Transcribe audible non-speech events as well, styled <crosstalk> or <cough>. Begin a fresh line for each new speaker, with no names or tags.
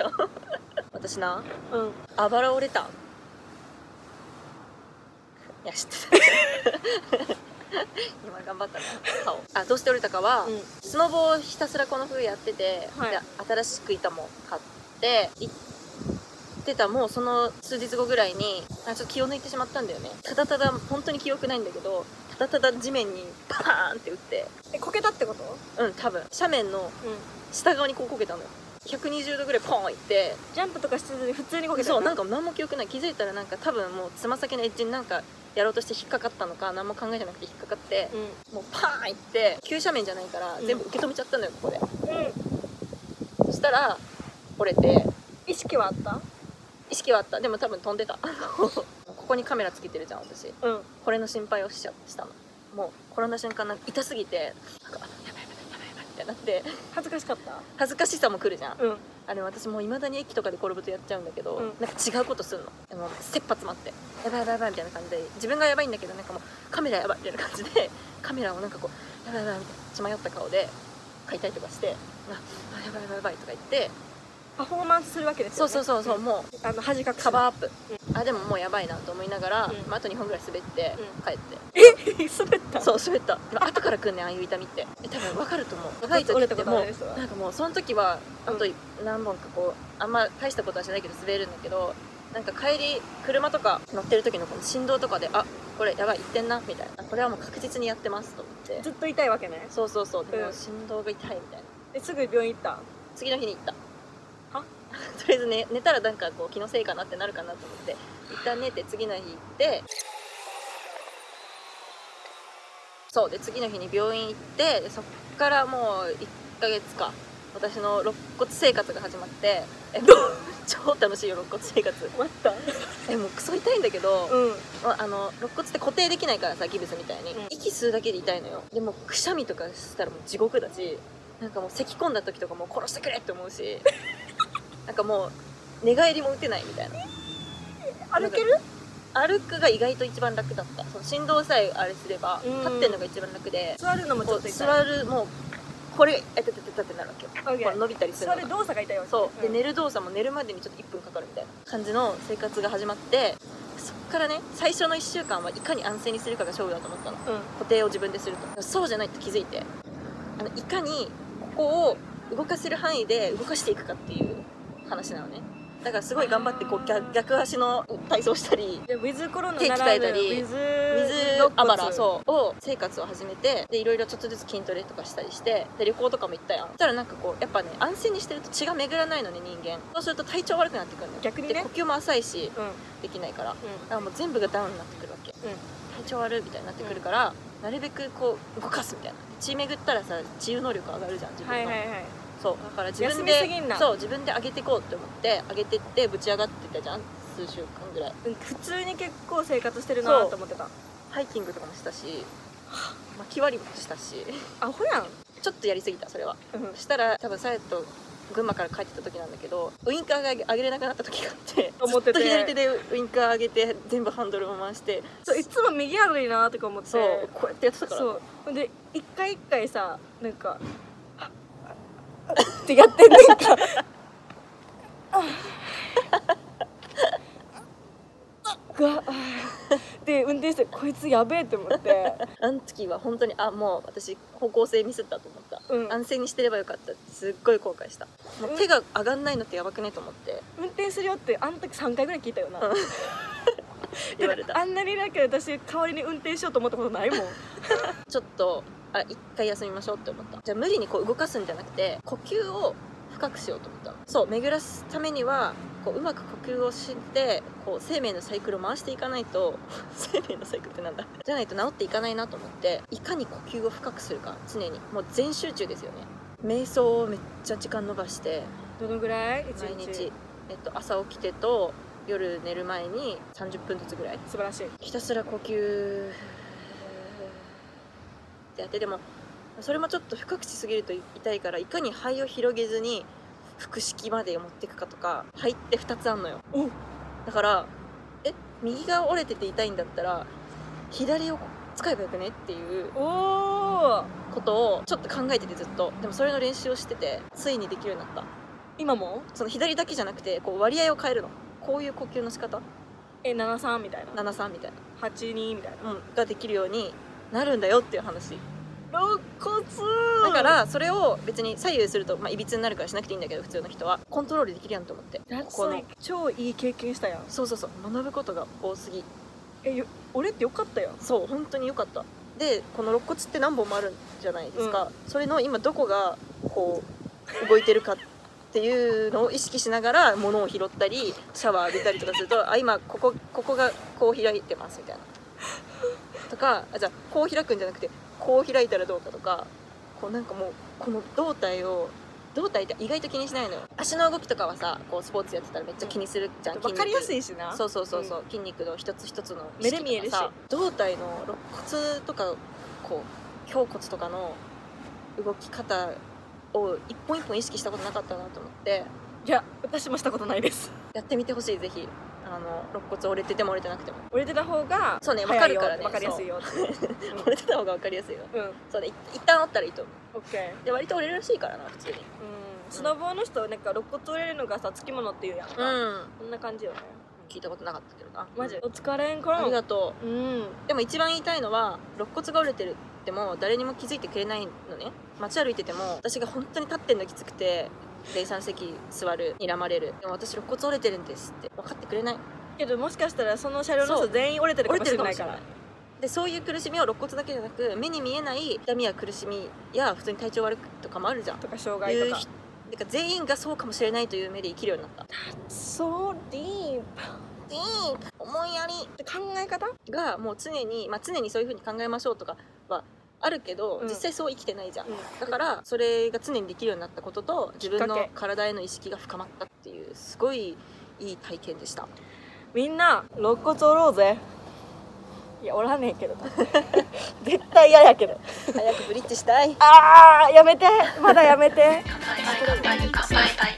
よ私な
うん
あばら折れたいや知ってた <laughs> 今頑張ったな顔あどうして折れたかは、
うん
スノボをひたすらこの冬やってて、
はい
で新しく板も買って行ってたもうその数日後ぐらいにあちょっと気を抜いてしまったんだよねただただ本当に記憶ないんだけどただただ地面にパーンって打って
えこけたってこと
うん多分斜面の
うん
下側にこうこけたのよ120度ぐらいポーンいって
ジャンプとかしてずに普通にこけた
そうなん
か
か何も記憶ない気づいたらなんか多分もうつま先のエッジになんかやろうとして引っかかったのか何も考えてなくて引っかかって、
うん
もうパーンいって急斜面じゃないから
うん
全部受け止めちゃったのよここで、
うん
そしたら折れて
意識はあった
意識はあったでも多分飛んで
<laughs>
たここにカメラつけてるじゃん私
うん
これの心配をしちゃしたのもう転んだ瞬間なんか痛すぎてなんかあやばいやばいやばいやばいってなって
恥ずかしかった
恥ずかしさも来るじゃん
うん
あれ私もういまだに駅とかで転ぶとやっちゃうんだけど、
うん
なんか違うことするのでも切羽詰まってやばいやばいやばいみたいな感じで自分がやばいんだけどなんかもうカメラやばいみたいな感じで <laughs> カメラをなんかこうやばいやばいみたいな血迷った顔で買いたりとかしてああやばいやばいやばいとか言って
パフォーマンスするわけです
そ
よ、
う
ね、
そうそうそう、もう
あの恥かく
カバーアップ、あでももうやばいなと思いながら、
うん
まあ、あと2本ぐらい滑って
うん
帰って、
<laughs> ー滑った
そう滑ったでも後から来んねんああいう痛みってえ多分分かると思う若い時
折
っ
れた
て
こと
も
な
う
いですわ
なんかもうその時はあと
う
何本かこうあんま大したことはしないけど滑るんだけどなんか帰り車とか乗ってる時のこの振動とかであこれやばい行ってんなみたいなこれはもう確実にやってますと思って
ずっと痛いわけね
そうそうそうで
う
も
ん
振動が痛いみたいな
ですぐ病院行った
次の日に行った
は
<laughs> とりあえず、ね、寝たらなんかこう気のせいかなってなるかなと思って一旦寝て次の日行ってそうで次の日に病院行ってでそっからもう1ヶ月か私の肋骨生活が始まってえもう <laughs> 超楽しいよ肋骨生活
待った
えもうクソ痛いんだけど、
うん
まああの肋骨って固定できないからさギブスみたいに、
うん
息吸うだけで痛いのよでもうくしゃみとかしたらもう地獄だしなんかもう咳込んだ時とかもう殺してくれって思
<laughs>
うしなんかもう寝返りも打てないみたいな
歩ける
歩くが意外と一番楽だったその振動さえあれすれば
うん
立ってるのが一番楽で、
座るのもち
こ
ょ
う
っと痛い
座るもうこれえたてたてたってなるわけよ、
オッケ
こう
ー
伸びたりする
座
の
る
が
動作が痛いわけ
そう、で寝
る
る動作も寝るまでにちょっと1分かかるみたいな感じの生活が始まってそっからね最初の1週間はいかに安静にするかが勝負だと思ったの
うんうん
固定を自分でするとそうじゃないって気づいてあのいかにここを動かせる範囲で動かしていくかっていう話なのねだからすごい頑張ってこう逆逆足の体操したり
でウィズコロナ
手
な
鍛
ら
え
ぬ
たり
ウィズ
水あばら
う
そうを生活を始めてでいろいろちょっとずつ筋トレとかしたりしてで旅行とかも行ったやんそしたらなんかこうやっぱね安静にしてると血が巡らないのね人間そうすると体調悪くなってくるのよ
逆に
で
ね
呼吸も浅いし
うんうん
できないからだからもう全部がダウンになってくるわけ、体調悪いみたいになってくるから、なるべくこう動かすみたいな血巡ったらさ治癒能力上がるじゃん自分の、
はいはいはい
そうだから自分
休みすぎん
で
な
そう自分で上げていこうって思って上げてってぶち上がってたじゃん数週間ぐらい
うん普通に結構生活してるなと思ってた
ハイキングとかもしたし巻き割りもしたし
アホやん
ちょっとやりすぎたそれは
うん
そしたら多分さやと群馬から帰ってた時なんだけどウインカーが上げれなくなった時があって
思ってて
ずっと左手でウインカー上げて全部ハンドルを回して
そういつも右あるいなとか思って
そうこうやってやってたから
そうほんで一回一回さなんかああってやってんなんかあがあで運転してこいつやべえって思って
あの時は本当にあもう私方向性ミスったと思った、
うん
安静にしてればよかったってすっごい後悔したもう手が上がんないのってやばくねと思って
運転するよってあの時3回ぐらい聞いたよな、
うん言われ
あ
た
んなになんか私代わりに運転しようと思ったことないもん
ちょっとあ一回休みましょうって思ったじゃあ無理にこう動かすんじゃなくて呼吸を深くしようと思ったのそう巡らすためにはこううまく呼吸をしてこう生命のサイクルを回していかないと <laughs> 生命のサイクルってなんだじゃないと治っていかないなと思っていかに呼吸を深くするか常にもう全集中ですよね瞑想をめっちゃ時間伸ばして
どのぐらい一
毎
日
日、えっと、朝起きてと夜寝る前に30分ずつぐらい
素晴らしい
ひたすら呼吸ってやってでもそれもちょっと深くしすぎると痛いからいかに肺を広げずに腹式まで持っていくかとか肺って2つあんのよ
お
だからえ右が折れてて痛いんだったら左を使えばよくねっていう
おー
ことをちょっと考えててずっとでもそれの練習をしててついにできるようになった
今も
その左だけじゃなくてこう割合を変えるのこういう呼吸の仕方
え73みたいな
73みたい
82みたいな
な、うん、ができるようになるんだよっていう話
肋骨
だからそれを別に左右すると、まあ、いびつになるからしなくていいんだけど普通の人はコントロールできるやんと思ってここ
That's
の
like 超いい経験したやん
そうそうそう学ぶことが多すぎ
えよ俺ってよかったやん
そう本当に良かったでこの肋骨って何本もあるんじゃないですか、それの今どこがこう動いてるかっていうのを意識しながら物を拾ったりシャワー浴びたりとかするとあ今ここここがこう開いてますみたいなとかあじゃあこう開くんじゃなくてこう開いたらどうかとかこうなんかもうこの胴体を胴体って意外と気にしないのよ足の動きとかはさこうスポーツやってたらめっちゃ気にするじゃん、
わかりやす
い
いしな
そうそうそうそう、筋肉の一つ一つの
目で見えるし
意識とかさ胴体の肋骨とかこう胸骨とかの動き方を一本一本意識したことなかったなと思って
いや私もしたことないです
やってみてほしいぜひあの肋骨折れてても折れてなく
<laughs>
ても
俺でた方が
そうね
早い
わかるからね
わかりやすいよってうん
折れてた方が分かりやすいよ
うん <laughs> OK
そうねい一旦折ったらいいと思
うん
うで割と折れるらしいからな普通に
スノボーの人なんか肋骨折れるのがさつきものっていうやんか、
うん
こんな感じよね
聞いたことなかったけどな
マジ、
うん
お疲れんから
ありがと
うん
うでも一番言いたいのは肋骨が折れてるっても誰にも気づいてくれないのね街歩いてても私が本当に立ってんのきつくて第三席座る睨まれるでも私肋骨折れてるんですって分かってくれない
けどもしかしたらその車両の
そ
人
う
全員折れてるか
折
も
れ
してれ
る
ない
かもし
か
れ
ら
ないでそういう苦しみを肋骨だけじゃなく目に見えない痛みや苦しみや普通に体調悪くとかもあるじゃん
とか障害とか
いうだから全員がそうかもしれないという目で生きるようになった
そうディープ
ディープ思いやり
って考え方
がもう常に、まあ、常にそういうふうに考えましょうとかはあるけど、
うん
実際そう生きてないじゃん、
うん
だからそれが常にできるようになったことと自分
きっか
の
け
体への意識が深まったっていうすごいいい体験でした
みんな肋骨折ろうぜいや折らねえけどな <laughs> 絶対嫌やけど
早くブリッジしたい
あーやめてまだやめて
乾杯乾杯乾杯乾杯